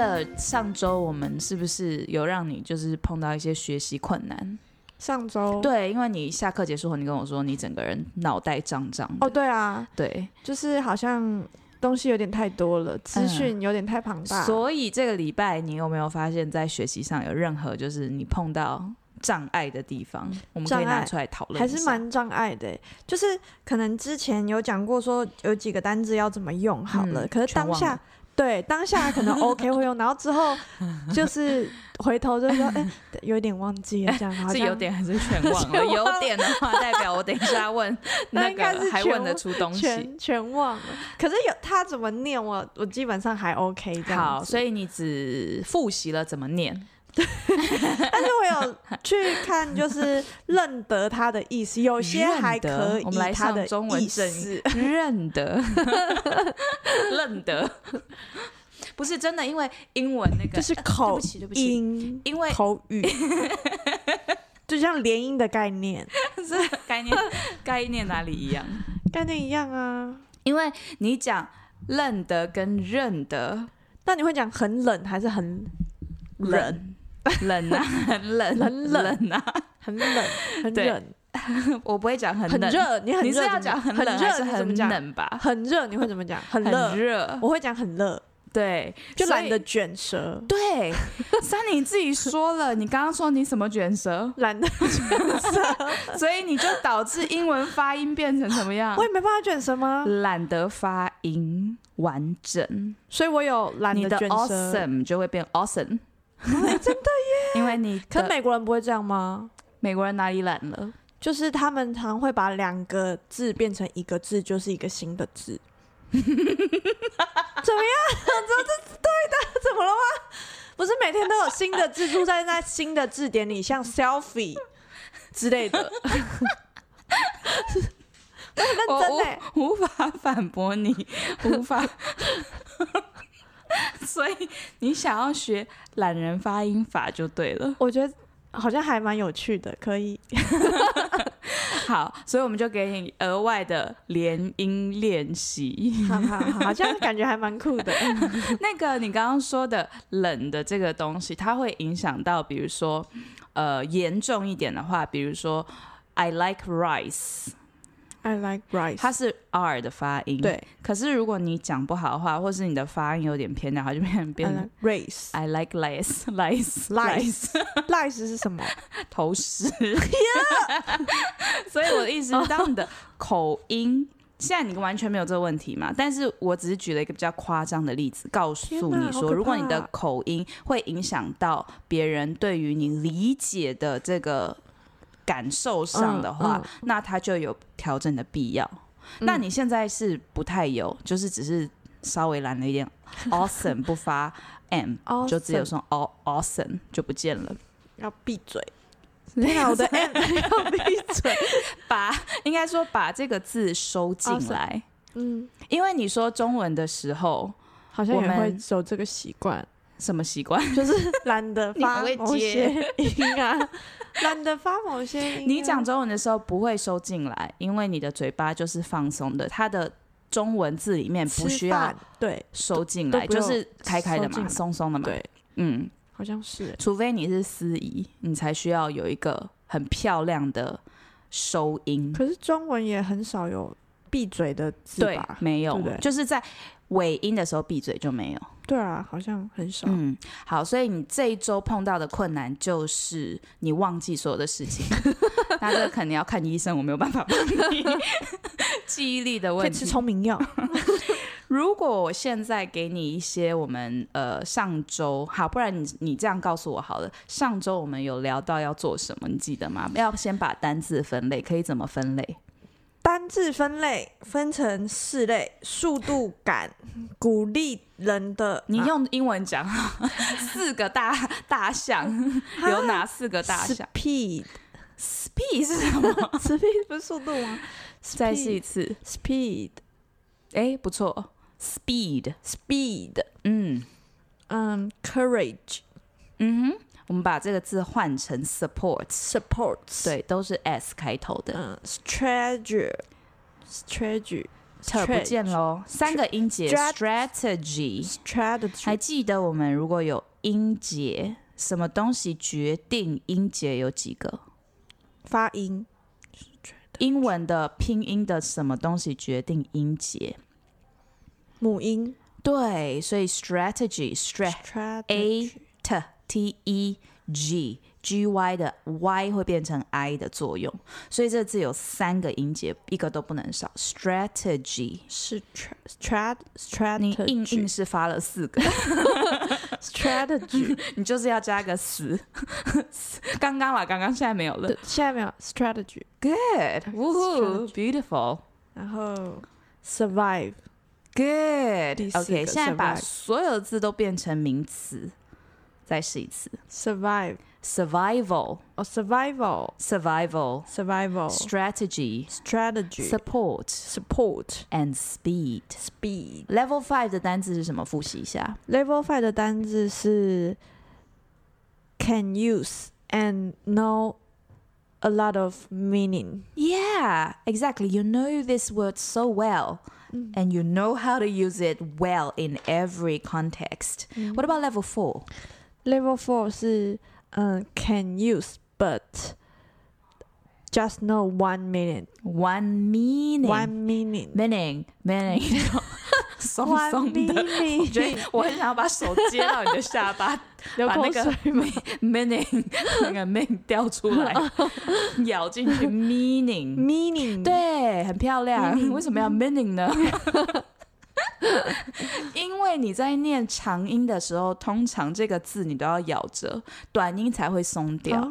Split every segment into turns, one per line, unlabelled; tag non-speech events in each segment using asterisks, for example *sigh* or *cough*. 哎上周我们是不是有让你就是碰到一些学习困难？
上周
对，因为你下课结束后，你跟我说你整个人脑袋胀胀的。
哦，对啊，
对，
就是好像东西有点太多了，资讯有点太庞大。
嗯所以这个礼拜你有没有发现，在学习上有任何就是你碰到障碍的地方，我们可以
障碍
拿出来讨论
还
一下。
是蛮障碍的欸，就是可能之前有讲过说有几个单字要怎么用好了，
嗯
可是
全
当
忘
下
了
对当下可能 OK 会用，然后之后
*laughs*
就是回头就说哎、有点忘记了这样，好
是
像
有点还是全忘了？
*laughs* 全忘了
有点的话，代表我等一下问
*laughs* 那
那
应该是
个还
全
问得出东西。
全全忘了。可是有他怎么念我，我基本上还 OK 这样
好，
子
所以你只复习了怎么念，
*laughs* 但是我有去看，就是认得他的意思，有些还
认得
可以
我们来
他
上
的
中文
意
正
思。
认得， *laughs* 认得，不是真的，因为英文那个
就是
呃对
口
不起，对不起，
音、
因为
口语，就像连音的概念，
这个概念 *laughs* 概念哪里一样？
概念一样啊。
因为你讲认得跟认得
那你会讲很冷还是很冷？
冷冷啊， *laughs* 很冷
很冷
冷啊，
很冷，很
对
冷，
我不会讲很
很
冷，
热。你很
你是
热怎
要
么
讲
很
很冷还
热
是
你怎么
很
讲？
冷吧？
很热你会怎么讲？很
很
热，
热，
我会讲很热，
对，
就
所
懒
以
得卷舌，
对， *laughs* 三你自己说了，你刚刚说你什么卷舌，
懒得卷
*laughs*
舌。
所以你就导致英文发音变成什么样
*laughs* 我？也没办法卷舌吗？
懒得发音完整，
所以我有懒
你
得
的
卷舌。
awesome 就会变 awesome，
真
哎的耶！ *laughs* 因为你
可
的
美国人不会这样吗？
美国人哪里懒了？
就是他们常会把两个字变成一个字，就是一个新的 *laughs* 字。怎么样？这这是对的，怎么了吗？不是每天都有新的字出在那新的字典里，像 selfie 之类的。我很认真哎、
我无无法反驳你， *laughs* 无法。所以你想要学懒人发音法就对了。
我觉得好像还蛮有趣的，可以。
好，所以我们就给你额外的连音练习。
好好好，好像感觉还蛮酷的。
*laughs* 那个你刚刚说的冷的这个东西，它会影响到，比如说，呃，严重一点的话，比如说 I like rice，
*laughs* I like rice。
它是 R 的发音。。
对
可是如果你讲不好的话，或是你的发音有点偏的话，就变成变
，I
成
like *laughs* race。
I like rice rice
Lice 赖屎是什么？
头饰。 *laughs* 所以我的意思
哦
是，当你的口音，现在你完全没有这个问题嘛？但是我只是举了一个比较夸张的例子，告诉
天哪
你
好
说，
可
如果你的
怕
口音会影响到别人对于你理解的这个感受上的话，
嗯嗯
那它就有调整的必要。那你现在是不太有，就是只是稍微懒了一点，awesome 不发 m，
哦，
就只有说 aw awesome 就不见了。
要闭嘴。 *laughs* 天啊，我的 M *laughs* 要闭嘴。
*laughs* 把应该说把这个字收进
哦
来，
嗯，
因为你说中文的时候
好像
我
也会
们
有这个习 *laughs* 惯，
什么习惯？ *laughs*
就是懒得发
你不
某
会接
些音啊， *laughs* 懒得发某些音啊。 *laughs*
你讲中文的时候不会收进来，因为你的嘴巴就是放松的，它的中文字里面
吃
不需要
饭对
收进来，
都不
就
用
是开开的
收进
嘛，
来
松松的嘛。
对，
嗯，
好像是欸
除非你是司仪，你才需要有一个很漂亮的收音。
可是中文也很少有闭嘴的字
对
吧，？
没有
对不，对
就是在尾音的时候闭嘴就没有。
对啊，好像很少。
嗯，好，所以你这一周碰到的困难就是你忘记所有的事情， *laughs* 那这个可能要看医生，我没有办法帮你。 *laughs* 记忆力的
可以
问
吃
题。
聪明
*laughs*
药，
如果我现在给你一些我们呃上周好，不然你你这样告诉我好了。上周我们有聊到要做什么，你记得吗？要先把单字分类，可以怎么分类？
单字分类分成四类：速度感、鼓励人的，啊
你用英文讲， *laughs* 四个大大 *laughs* 象有哪四个大象
speed
？P 是什么？
*laughs* speed 不是速度吗？
*laughs* 再试一次。
speed
哎，不错，speed，
speed，
嗯
嗯，courage
嗯哼，我们把这个字换成 support，
supports，，uh,
对，都是 s 开头的
嗯，strategy strategy
扯不见喽，三个音节 strategy。还
strategy
记得我们如果有音节，什么东西决定音节有几个？
发音
英文的拼音的什么东西决定音节？
母音
对，所以 strategy strat a
strategy
t t e g g y 的 y 会变成 i 的作用，所以这字有三个音节，一个都不能少。strategy，
是 strat
你硬
strategy
硬是发了四个， *laughs*
strategy
你就是要加个死。刚刚啦，刚刚现在没有了
对。现在没有 strategy，
Good，呜，beautiful。
然后 survive
Good，OK，
第、四个
OK，现在把
survive
所有的字都变成名词，再试一次
survive
：survival、
哦 survival
survival、
survival
strategy、
strategy
support
support
and speed。
speed
Level five 的单字是什么？复习一下。
level five 的单字是 can use and know a lot of meaning。
Yeah, exactly. You know this word so well, and you know how to use it well in every context. What about level four?
Level four 是嗯、can use but just know one minute
One meaning.
one minute
meaning *laughs* meaning 松
one
松的。 *laughs* 我觉
minute
得我很想要把手接到你的下巴，
流
把
口 *laughs*
那个
水吗？
*laughs* meaning *laughs* 那个 meaning 掉出 *laughs* 来，咬进去 meaning，
meaning
*laughs* 对，很漂亮。为什么要 meaning 呢？ *laughs* 因为你在念长音的时候，通常这个字你都要咬着，短音才会松掉。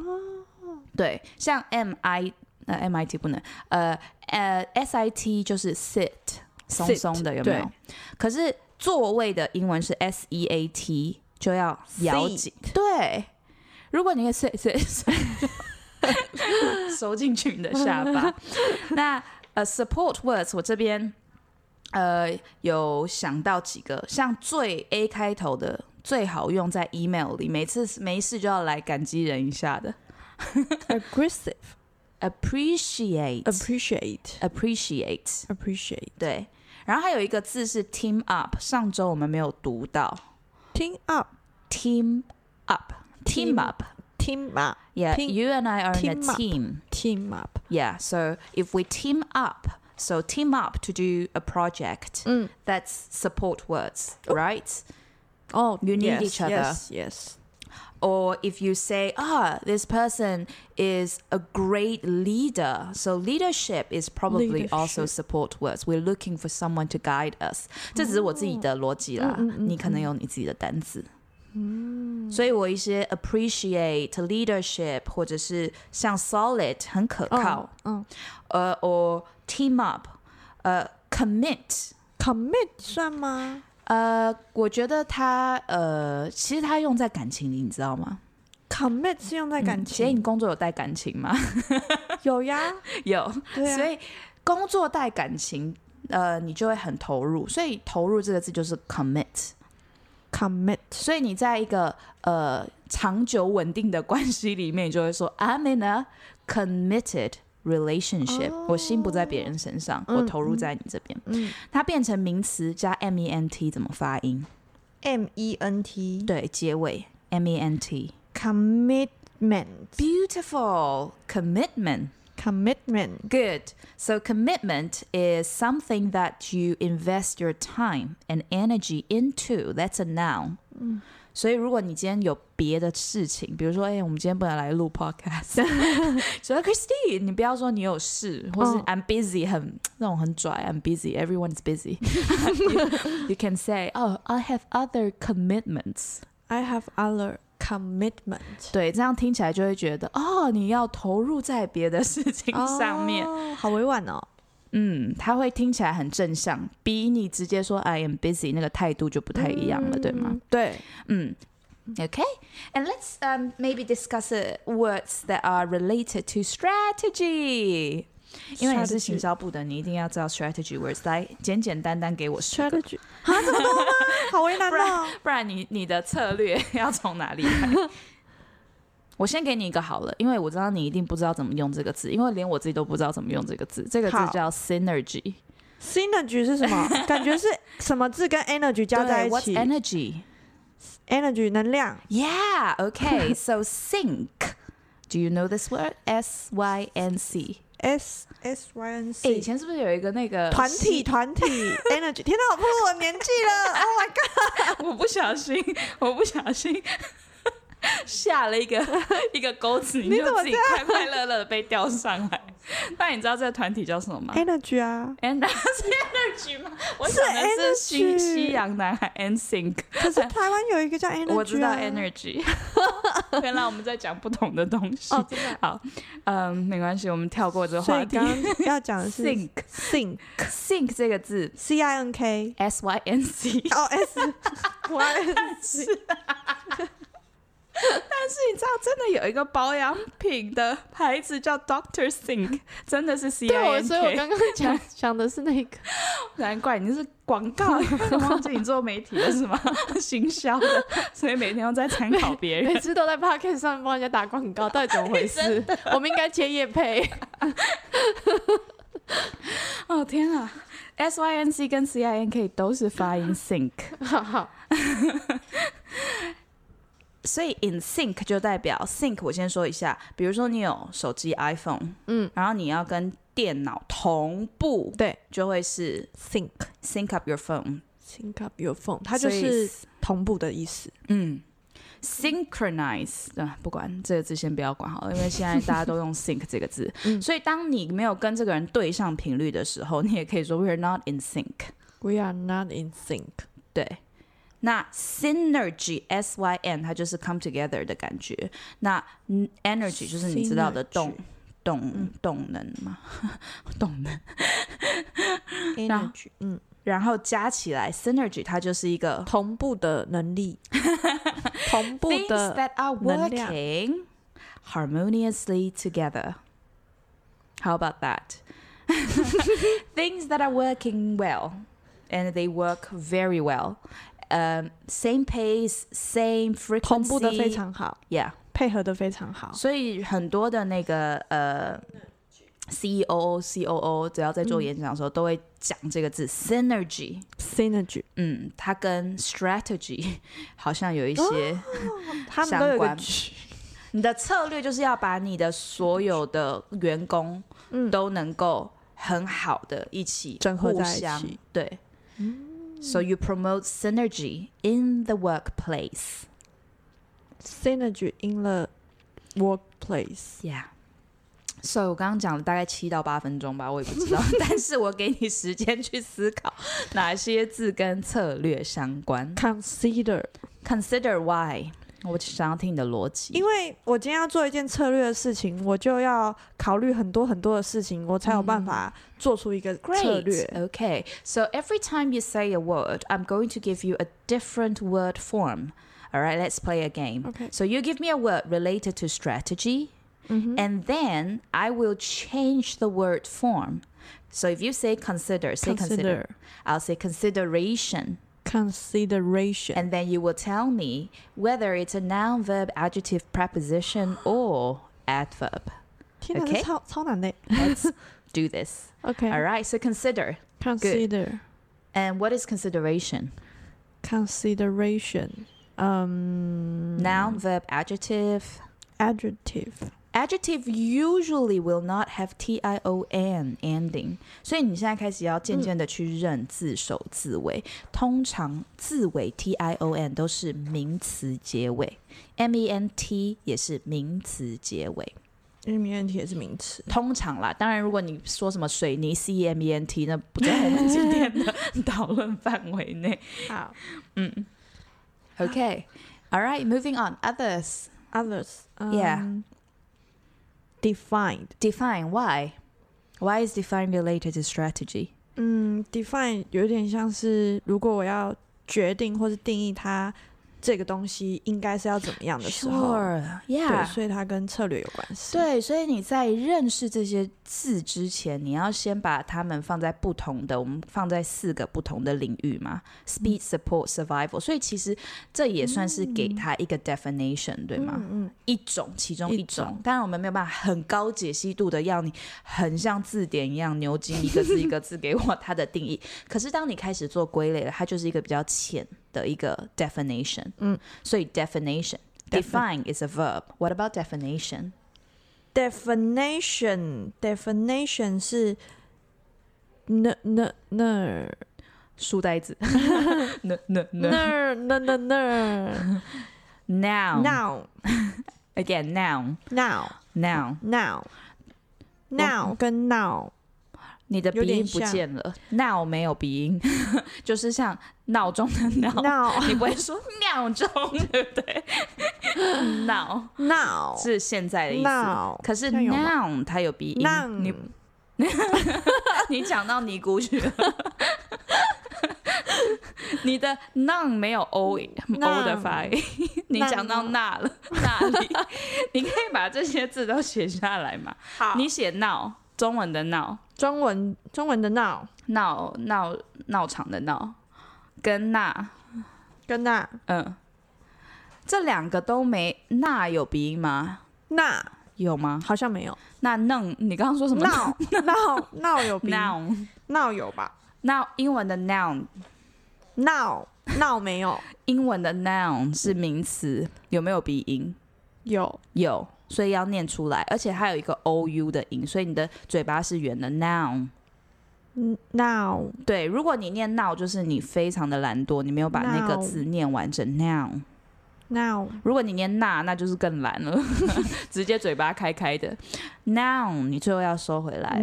对，像 m i 呃 m i t 不能，呃呃 s i t 就是 sit 松
Sit，
松的，有没有
对？
可是座位的英文是 s e a t，就要咬紧。对，如果你可以 sit sit sit，收进去你的下巴。那呃 support words 我这边呃有想到几个，像最 A 开头的。最好用在 email 里，每次没事就要来感激人一下的。
aggressive
appreciate
appreciate
appreciate
appreciate
对，然后还有一个字是 team up，上周我们没有读到
team up
team up team
Team-
up
team up
yeah
Team-
you and I are in a
team up.
team
team up
yeah so if we team up so team up to do a project
嗯
that's support words right
哦
Oh, You need
yes,
each other.
yes yes
or if you say ah this person is a great leader so leadership is probably also
Leadership.
support words we're looking for someone to guide us 这只是我自己的逻辑啦你可能有你自己的单字所以我一些 appreciate leadership 或者是像 solid 很可靠
嗯
呃 or team up 呃 commit
commit 算吗？
呃我觉得它呃其实它用在感情里你知道吗
commit 是用在感
姐，
情，
你工作有带感情吗？嗯
有呀，
*laughs* 有，
对啊
所以工作带感情，呃，你就会很投入。所以“投入”这个字就是 commit。
commit
所以你在一个呃长久稳定的关系里面，你就会说 “I'm in a committed relationship”、我心不在别人身上，我投入在你这边。
哦嗯
它变成名词加 m e n t 怎么发音？
m e n t
对，结尾 m e n t。
commitment
Beautiful commitment.
commitment
Good. So, commitment is something that you invest your time and energy into. That's a noun. 所以，如果你今天有别的事情，比如说，哎、我们今天不能来录 podcast，所以 Christine，你不要说你有事，或是
嗯
I'm busy，很那种很拽，I'm busy，everyone is busy 。you can say, oh, I have other commitments.
I have other commitment
对，这样听起来就会觉得，哦，你要投入在别的事情上面。
哦好委婉哦。
嗯，它会听起来很正向，比你直接说 "I am busy" 那个态度就不太一样了，对吗
嗯？？对，
嗯。Okay, and let's um, maybe discuss uh, words that are related to strategy. 因为你是行销部的，你一定要知道 strategy words。来，简简单单给我说，
strategy 啊，这么多吗？ *laughs* 好为难
不
哦
然。不然你你的策略要从哪里来？ *laughs* 我先给你一个好了，因为我知道你一定不知道怎么用这个字，因为连我自己都不知道怎么用这个字。这个字
好
叫 synergy。
Synergy 是什么？
*laughs*
感觉是什么字跟 energy 加在一
对，What's
起
energy?
？energy 能量
Yeah. Okay. *laughs* so sync. Do you know this word? S Y N C.
S S Y N
哎、 *laughs* 以
C
前是不是有一个那个
团体？
*laughs*
团体 energy，天哪，我暴露我年纪了！Oh my god！
*laughs* 我不小心，我不小心 *laughs* 下了一个 *laughs* 一个钩子，你
你
就
怎么
自己快快乐乐的被钓上来。那你知道这个团体叫什么吗
energy 啊，
*laughs* ？And 是 energy 吗？我想的是西
energy
西洋男孩 and sync，
可是台湾有一个叫 energy，、啊、
哎 *laughs* 我知道 energy。原来我们在讲不同的东西。
哦，真的。
好，嗯，没关系，我们跳过这个
所
话
以
题。
刚刚要
*laughs*
讲的是
Think
think
sync 这个字
C I
*laughs*
N K
S Y N C，
哦 S
*laughs*
Y
但是你知道，真的有一个保养品的牌子叫 Doctor Think，真的是 C
对，
I
我
N
所以我
K。
刚刚讲想的是那个，
*laughs* 难怪你是广告，忘记你做媒体了是吗？行销的，所以每天都在参考别人
*laughs* 每。次都在 p o c k e t 上帮人家打广告，到底怎么回事？我们应该接叶配， *laughs*
哦天啊，S Y N C 跟 C I N K 都是发音 Think，
好好，
所以 in sync 就代表 sync。我先说一下，比如说你有手机 iPhone，
嗯，
然后你要跟电脑同步，
对
就会是
*laughs* think
sync up your phone。
think up your phone，它就是同步的意思。
嗯，synchronize，啊，不管这个字先不要管好了，因为现在大家都用 *laughs* sync 这个字，
嗯
所以当你没有跟这个人对上频率的时候，你也可以说 we're not in sync。
We are not in sync。
对，那 synergy s y n 它就是 come together 的感觉，那嗯 energy 就是你知道的动
Synergy
动
嗯
动能嘛，动能， *laughs* 然后
Energy，嗯，
然后加起来 synergy 它就是一
*laughs*
个
同步的能力，同步
things
的
that are
能量
working harmoniously together. How about that? *laughs* things that are working well and they work very well. Um, same pace, same
同
frequency.
步的非常好，
yeah.
配合的非常好。
所以很多的那个呃 E CEO、COO 只要在做演讲的时候，都会讲这个字 synergy。
Synergy，
嗯，它跟 strategy *laughs* 好像有一些、
哦他们都有
相
一
关
个 G，
你的策略就是要把你的所有的员工
嗯，
都能够很好的一起
整合
互
在一
相
起。嗯
对。So you promote synergy in the workplace.
Synergy in the workplace。
Yeah. 所以我刚刚讲了大概七到八分钟吧，我也不知 *laughs* 道，但是我给你时间去思考哪些字跟策略相关。
Consider，
Consider why，我想要听你的逻辑
因。为我今天要做一件策略的事情，我就要考虑很多很多的事情，我才有办法做出一个策
嗯 Great.
略。
Okay. So every time you say a word, I'm going to give you a different word form. All right, let's play a game.
Okay.
So you give me a word related to strategy,
嗯
and then I will change the word form. So if you say consider, say consider.
Consider.
I'll say consideration,
Consideration，
and then you will tell me whether it's a noun, verb, adjective, preposition, or adverb.
天哪，
Okay
这超超难的。
Let's do this. All
OK，consider，consider、
right, so consider. And what is consideration?
consideration，嗯
Noun, verb, adjective.
Hmm. adjective，
Adjective usually will not have T I O N ending，所以你现在开始要渐渐的去认字首字尾。通常字尾 T I O N 都是名词结尾，M E N T 也是名词结尾。
日名问题也是名词。
通常啦，当然如果你说什么水泥 C E M E N T，那不在我们今天的讨论范围内。 *laughs*
好
OK。All right, moving on. Others
，others，
Yeah.
um, defined，
define why. Why is define related to strategy?
嗯，define 有点像是如果我要决定或是定义它这个东西应该是要怎么样的时候。对，
Sure，Yeah，
所以它跟策略有关系。，
对，所以你在认识这些字之前，你要先把它们放在不同的，我们放在四个不同的领域嘛，speed、support、survival。所以其实这也算是给它一个 definition，、对吗？
嗯
一种，其中
一
一种。当然，我们没有办法很高解析度的要你很像字典一样牛津一个字一个字给我它的定义。 *laughs* 可是，当你开始做归类了，它就是一个比较浅的一个 definition。
嗯，
所以 definition。Define is a verb. What about definition?
，definition definition 是那那那
书呆 *laughs* 子。no, no, no.
那那那那
Noun.
now
Again, noun.
now
Noun.
now now 跟 now
你的鼻
有点
音不
像
见了。Now 没有鼻音， *laughs* 就是像闹钟的闹。*laughs*
now
你不会说闹钟，对不对？闹
now
是现在的意思，
now
可是
这样有吗
noun 它有鼻音。
now
你你讲到尼姑去了， *laughs* 你的 noun 没有 o o 的发音，你讲到那了那里，
*laughs*
你可以把这些字都写下来嘛？
好
你写闹，中文的闹，
中文中文的 now
闹闹闹场的闹，跟那。
跟那
嗯，这两个都没那有鼻音吗？
那
有吗？
好像没 *laughs* 有
那弄你刚刚说什么 *laughs*
now now now 有鼻
noun
now 有吧
那英文的 noun，
now now 没有
英文的 noun 是名词，有没有鼻音？
有
有，所以要念出来，而且还有一个 o u 的音，所以你的嘴巴是圆的 noun。
嗯 now
对，如果你念 now，就是你非常的懒惰，你没有把那个
Now
字念完整 noun。
now
如果你念那，那就是更懒了， *laughs* 直接嘴巴开开的 noun，你最后要收回来哦。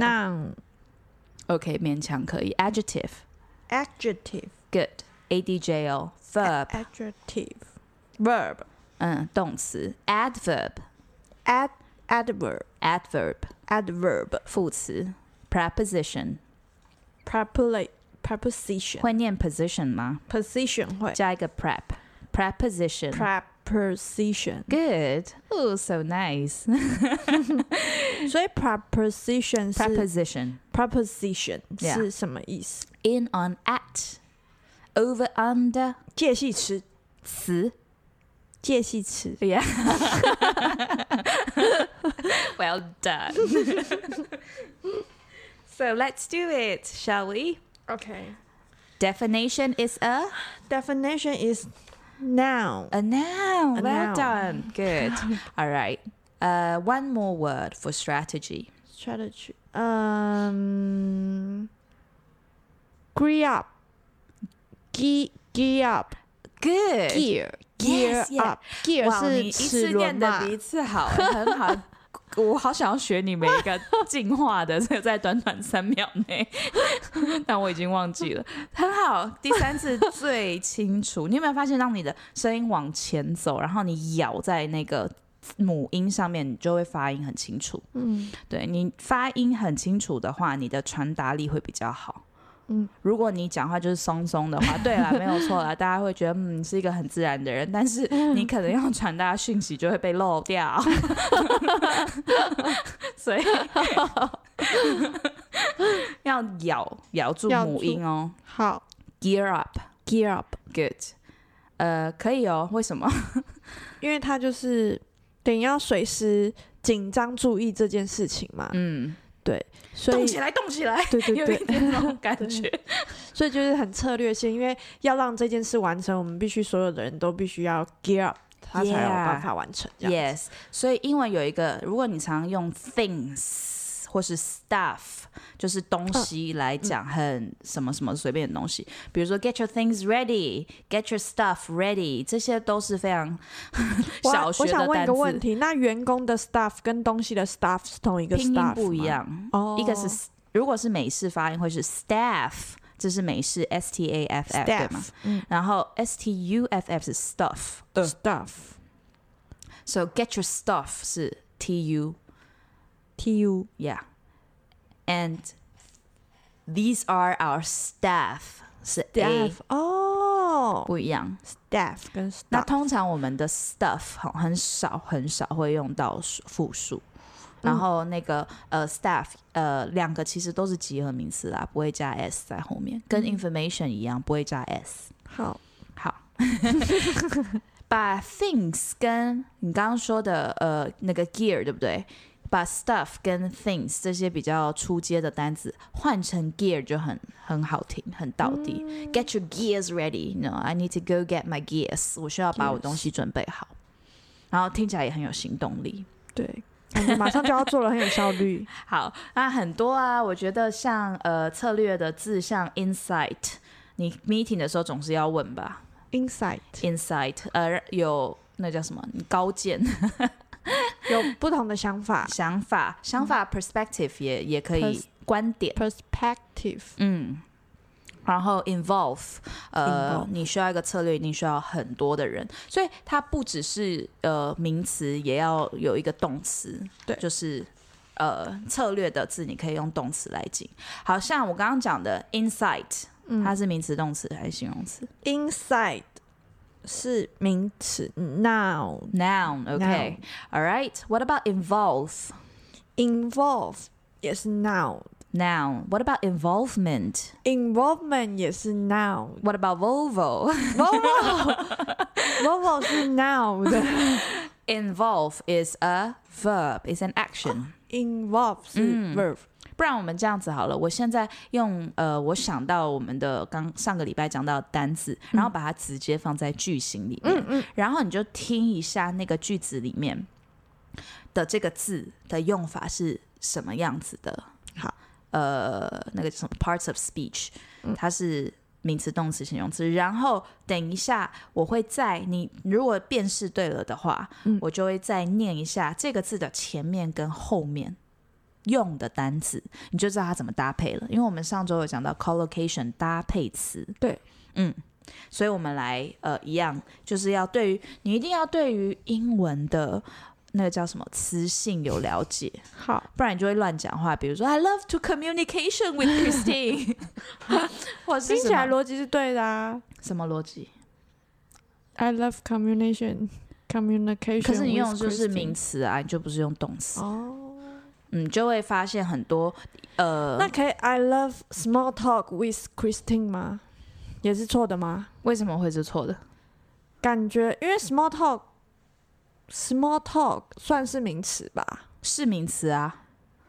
now
OK，勉强可以。Adjective
adjective
good A D J O verb
adjective verb
嗯动词 adverb
ad adverb
adverb
adverb
副词 preposition
prepula- preposition
会念 position 吗？
position 会
加一个 prep preposition
preposition，
good oh so *laughs* nice
所以 preposition 是
preposition
preposition
Yeah
是什么意思？
in on at over under
介系词，
词
介系词
yeah *laughs* well done *laughs* so let's do it shall we
OK，
Definition is a
definition is noun
a noun.
A
well
noun.
done. Good. All right. Uh, one more word for strategy.
strategy，嗯，gear up，gear gear up
Good.
gear
Yes,
gear
yeah.
up gear
哎哇你一
是齿
次念
轮
的
嘛？
比一次好，很好。我好想要学你每一个进化的，这个在短短三秒内，但我已经忘记了。很好，第三次最清楚。你有没有发现，当你的声音往前走，然后你咬在那个母音上面，你就会发音很清楚。
嗯，
对你发音很清楚的话，你的传达力会比较好。
嗯，
如果你讲话就是松松的
*laughs*
话，对啦，没有错啦，大家会觉得嗯你是一个很自然的人，但
*laughs*
是你可能要传达讯息就会被漏掉， *laughs* 所以 *laughs* 要咬咬住
咬
母
住
音哦
好
，gear up，good，
，gear up，
呃，可以哦，为什么？
因为它就是等于要随时紧张注意这件事情嘛，
*laughs* 嗯，
所
动
以
起来，动起来，
对对
有一
对，
点那种 *laughs* 感觉。
*laughs* 所以就是很策略性，因为要让这件事完成，我们必须所有的人都必须要 gear up，他才有
Yeah
办法完成。这样
Yes，所以英文有一个，如果你常用 things 或是 stuff，就是东西来讲很什么什么随便的东西，比如说 get your things ready，get your stuff ready，这些都是非常 *laughs*
我
小学
我
的单
想
词。
问一个问题，那员工的 staff 跟东西的 staff 是同一个
拼音
staff
不一
吗，
样，
哦，
一个是 s- 如果是美式发音会是 staff，这是美式 s t a f f 对吗
staff，？嗯
然后 s t u f f 是 stuff，
，staff
so get your stuff 是 t u。
tu
Yeah. And these are our staff. 是 A
staff 哦哦
不一样。
，staff 跟 staff，
那通常我们的 stuff 很很少很少会用到数复数，然后那个呃 staff 呃两个其实都是集合名词啦，不会加 s 在后面，跟 information 一样不会加 s。
好，
好，把 things 跟你刚刚说的呃那个 gear 对不对？把 stuff 跟 things 这些比较出街的单词换成 gear 就很很好听，很到底。Get your gears ready, you know, I need to go get my gears. 我需要把我东西准备好，然后听起来也很有行动力。
*laughs* 对，感嗯觉马上就要做了，很有效率。
好，那很多啊，我觉得像呃策略的字，像 insight，你 meeting 的时候总是要问吧？
Insight
insight，呃，有那叫什么高见
有不同的想法嗯
想法，想法 perspective 也也可以
Pers-
观点，
，perspective
嗯。然后 involve，呃
Involve
你需要一个策略，你需要很多的人，所以它不只是呃名词，也要有一个动词，
对
就是呃策略的字，你可以用动词来进。好像我刚刚讲的 insight，、它
嗯
是名词、动词还是形容词
insight 是名词，now
？Noun，OK，All、right，What about involve？
involve 也是 now。
Noun. What about involvement?
Involvement 也是
*laughs*
now，
What about Volvo?
Volvo Volvo 是 now 的
Involve is a verb, is an action.
，involve 是
嗯
verb，
不然我们这样子好了，我现在用呃，我想到我们的刚上个礼拜讲到的单字，然后把它直接放在句型里面，然后你就听一下那个句子里面的这个字的用法是什么样子的。
好，
呃，那个什么 parts of speech，它是名词、动词、形容词。然后等一下，我会在你如果辨识对了的话，
嗯
我就会再念一下这个字的前面跟后面用的单词，你就知道它怎么搭配了。因为我们上周有讲到 collocation 搭配词，
对，
嗯。所以，我们来呃，一样就是要对于你一定要对于英文的那个叫什么词性有了解，
*laughs* 好，
不然你就会乱讲话。比如说，I love to communication
*laughs*
with Christine，或者
听
是
起来逻辑是对的啊。
什么逻辑？
I love communication, communication。
可是你用的就是名词啊，你就不是用动词，
哦，
嗯，就会发现很多呃，
那可以 I love small talk with Christine 吗？也是错的吗？
为什么会是错的？
感觉因为 small talk small talk 算是名词吧，
是名词啊，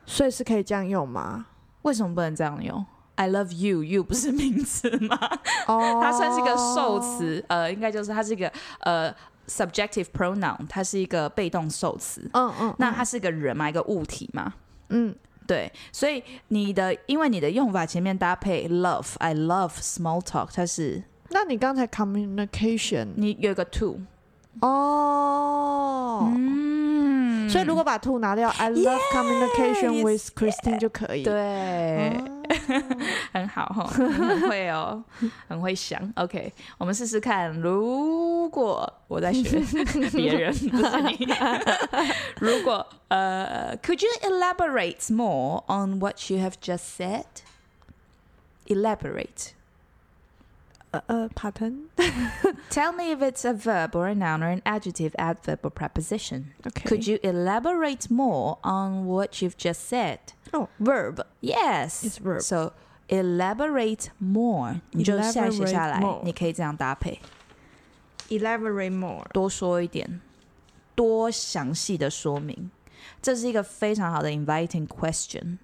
所以是可以这样用吗？
为什么不能这样用？I love you，you 不是名词吗？
哦，
它算是一个受词，呃，应该就是它是一个呃 subjective pronoun，它是一个被动受词。
嗯，嗯嗯，
那它是一个人嘛，一个物体嘛，
嗯
对，所以你的因为你的用法前面搭配 love I love small talk，它是
那你刚才 communication
你有一个 to，
哦，
嗯
所以如果把 to 拿掉，I love communication with Christine 就可以。，哦
对，很好哈、哦，你很会哦，很会想。OK，我们试试看。如果我在学 *laughs* 别人，不是你。如果呃，Could you elaborate more on what you have just said? Elaborate.
呃呃，pattern
Tell me if it's a verb or a noun or an adjective, adverb or preposition.
OK，
Could you elaborate more on what you've just said?
哦，verb
Yes.
It's verb
So elaborate more. 你就下写下来
more，
你可以这样搭配，
elaborate more。
多说一点，多详细的说明。这是一个非常好的 inviting question，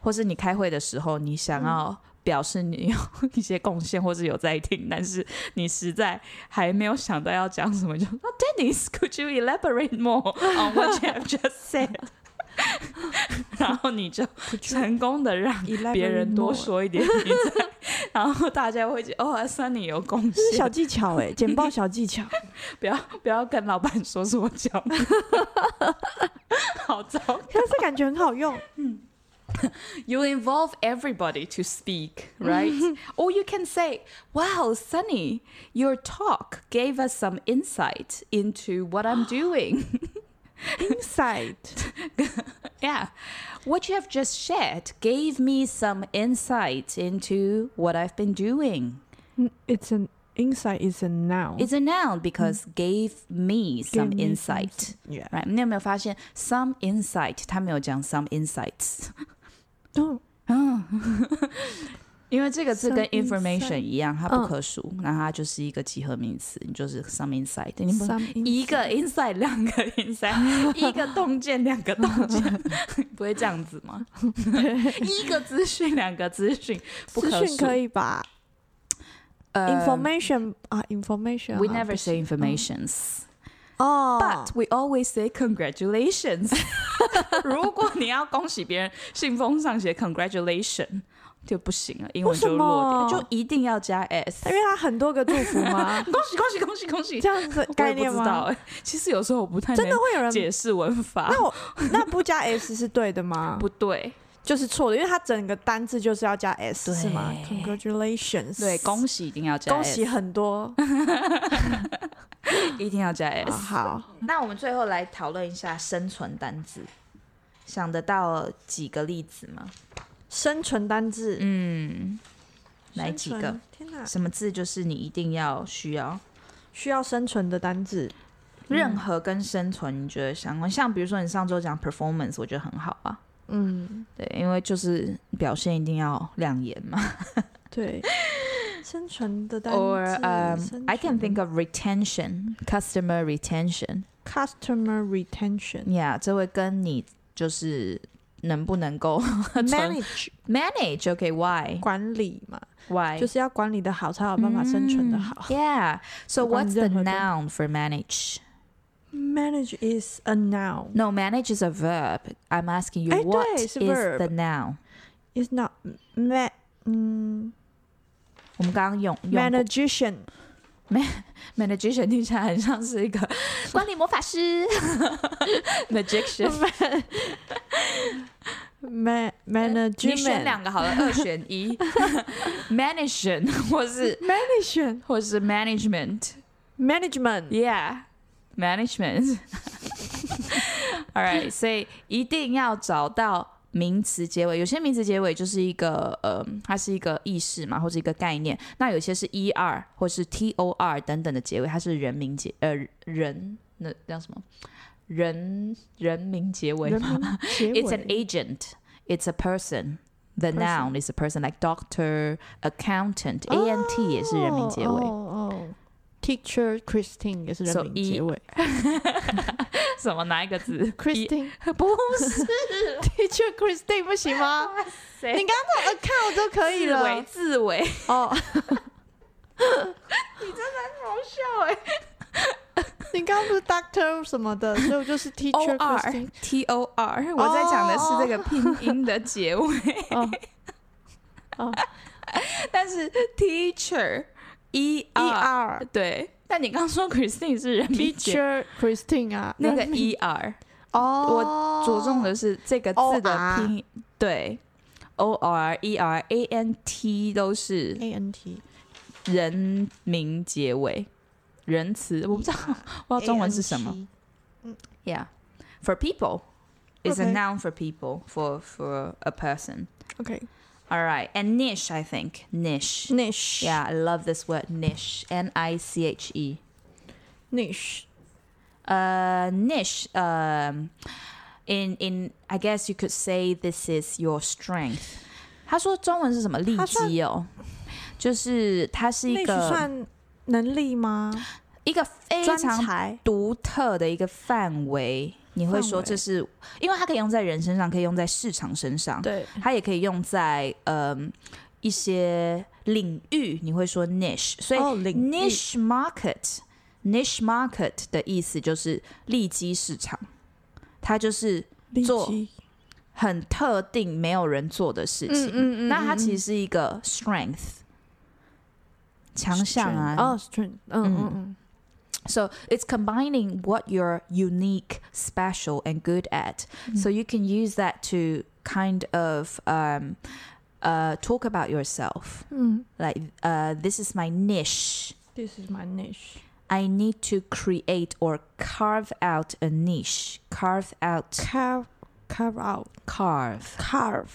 或是你开会的时候，你想要表示你有 *laughs* 一些贡献，或是有在听，但是你实在还没有想到要讲什么，就说、oh, Dennis，could you elaborate more on what you have just said？然后你就成功的让别人多说一点，你在 *laughs* 然后大家会觉得哦，算你有贡
这是小
献，
技巧
*laughs*
哎，简报小技巧。
不要不要跟老板说是我教你， *laughs* 好糟。
可是感觉很好用
You involve everybody to speak, *laughs* right? or you can say, "Wow, Sunny, your talk gave us some insight into what I'm *gasps* doing."
*laughs* ，insight
yeah, what you have just shared gave me some insight into what I've been doing.
嗯 it's an Insight is a noun.
It's a noun because Mm. gave me some
Give me
insight.
yeah.
Right？你有没有发现 some insight？他没有讲 some insights，
哦
*laughs* 因为这个字
Some
跟
insight
information 一样，它不
嗯
可数，那它就是一个集合名词，你就是 some insight。你不
，some
一个 insight，两个 insight，一 *laughs* 个洞见，两个洞见， *laughs* 不会这样子吗？一个资讯，两个资讯，不可
资讯
数
可以吧
呃
？Information 啊，information 啊。
We never say
不行
informations,
哦
but we always say congratulations. *laughs* 如果你要恭喜别人，信封上写 congratulation 就不行了，英文就落
为什
点，
么
就一定要加 s？
因。为它很多 *laughs* 个祝福吗
恭喜恭喜恭喜恭喜！
这样
*laughs*
子
我
概
也不
念
知道
吗？
哎，其实有时候我不太
真的
能
会有人
解释文法，
那我那不加 s 是对的吗？
不对。
就是错的，因为它整个单字就是要加 s
对
是吗？Congratulations，
对，恭喜一啊定要加 S，
恭喜很多。
一定要加 S。
好，
啊那我们最后来讨论一下生存单字，想得到几个例子吗？
生存单字
嗯，来
生
几
存
个？
天哪，
什么字就是你一定要需要？
需要生存的单字。
任何跟生存你觉得相关，像比如说你上周讲 performance，我觉得很好啊。
嗯，
对，因为就是表现一定要亮眼嘛。
对，生存 *laughs* 的单字。
Or um,
生存
I can think of retention, customer retention.
customer retention
Yeah，这会跟你就是能不能够存
manage
manage OK why
管理嘛，
why
就是要管理的好，才有办法生存的好。
嗯 Yeah. So
不管
what's the
任何东
noun for manage?
Manage is a noun.
No, manage is a verb. I'm asking you
哎
what
对
is
是 verb
the noun?
It's not ma 嗯
我们刚刚用用
managician
magician 听起来很像是一 *laughs* 个管理魔法师 *laughs* magician。
ma
*laughs* 呃你选
management
两个好了，二选一 *laughs* ，management 或是
management
或是 management。
management
Yeah, management. *laughs* All right，所以一定要找到名词结尾。有些名词结尾就是一个呃，它是一个意识嘛，或是一个概念。那有些是 er 或是 tor 等等的结尾，它是人名结呃人那叫什么人人名结尾
人
吗
名结
？It's an
尾
agent. It's a person. The
Person.
noun is a person, like doctor, accountant, ant 也是人名结尾。
哦哦
Teacher Christine 也是人
So
名结尾
*laughs* 什么哪一个字
，Christine
*laughs* 不是
Teacher Christine 不行吗？
*laughs* 谁
你刚啊刚那种 account 都可以
自为
了
自为， *laughs*
哦。
好笑哎、
你刚刚不是 Doctor 什么
*laughs*
的，所以我就是 Teacher
O
Christine
R。T O R，我在讲的是这个拼音的结尾，
哦哦
*laughs* 但是 teacher E
E
R
R
对，但你刚说 Christine 是人名结尾
Teacher Christine 啊，
那个
人名
E R，
哦，
着重的是这个字的
O-R
拼音对。O R E R A N T 都是
A N T
人名结尾，人词我不知道，我不知道中文是什么。？Yeah, for people. It's a
Okay.
noun for people, for for a person.
OK
All right, and niche, I think niche.
niche
Yeah, I love this word niche. N I C H E.
niche
Uh, niche. Um, in in I guess you could say this is your strength.
它算
他说
-
中文是什么利基哦？就是它是一
niche
个
算能力吗？
一个非
专
常
才
独特的一个范围，你会说这是，因为它可以用在人身上，可以用在市场身上，
对
它也可以用在嗯、一些领域，你会说 niche，所以
哦领域
niche market niche market 的意思就是利基市场，它就是
利
做
基
很特定没有人做的事情，
嗯
那它其
实
实是一个 strength 强项啊，
哦 strength 嗯嗯嗯。
So it's combining what you're unique, special, and good at. 嗯
嗯
So you can use that to kind of um, uh, talk about yourself.
嗯
Mm
Like, uh, this is my niche.
，This is my niche.
I need to create or carve out a niche. Carve out.
Carve, carve out,
Carve.
carve,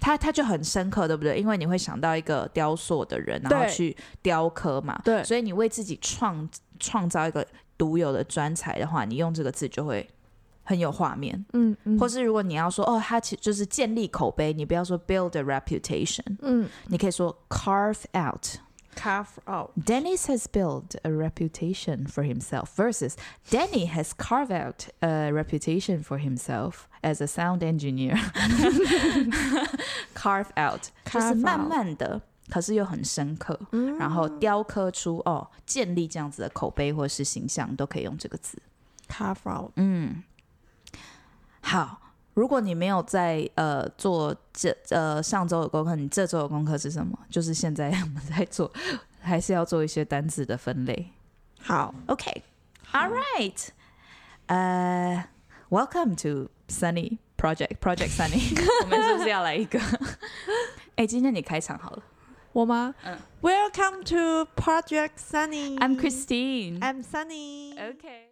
它它就很深刻，对不对？因为你会想到一个雕塑的人，然后
对
去雕刻嘛，
对
所以你为自己创创造一个独有的专才的话，你用这个字就会很有画面。
嗯嗯
或是如果你要说哦，它其实就是建立口碑，你不要说 build a reputation，
嗯，
你可以说 carve out。
carve out，
Dennis has built a reputation for himself versus Danny has carved out a reputation for himself as a sound
*laughs*
engineer. Carve out 就
Carve
是
out
慢慢的，可是又很深刻，然后雕刻出哦，建立这样子的口碑或是形象，都可以用这个字。
carve out，
嗯，好。如果你没有在呃做这呃上周的功课，你这周的功课是什么？就是现在我们在做，还是要做一些单字的分类。
好
OK，All right，呃、w e l c o m e to Sunny Project Project Sunny，我们是不是要来一个？ *laughs* 哎、今天你开场好了
我吗？
，Welcome to Project Sunny。
，I'm Christine。
I'm Sunny。
OK。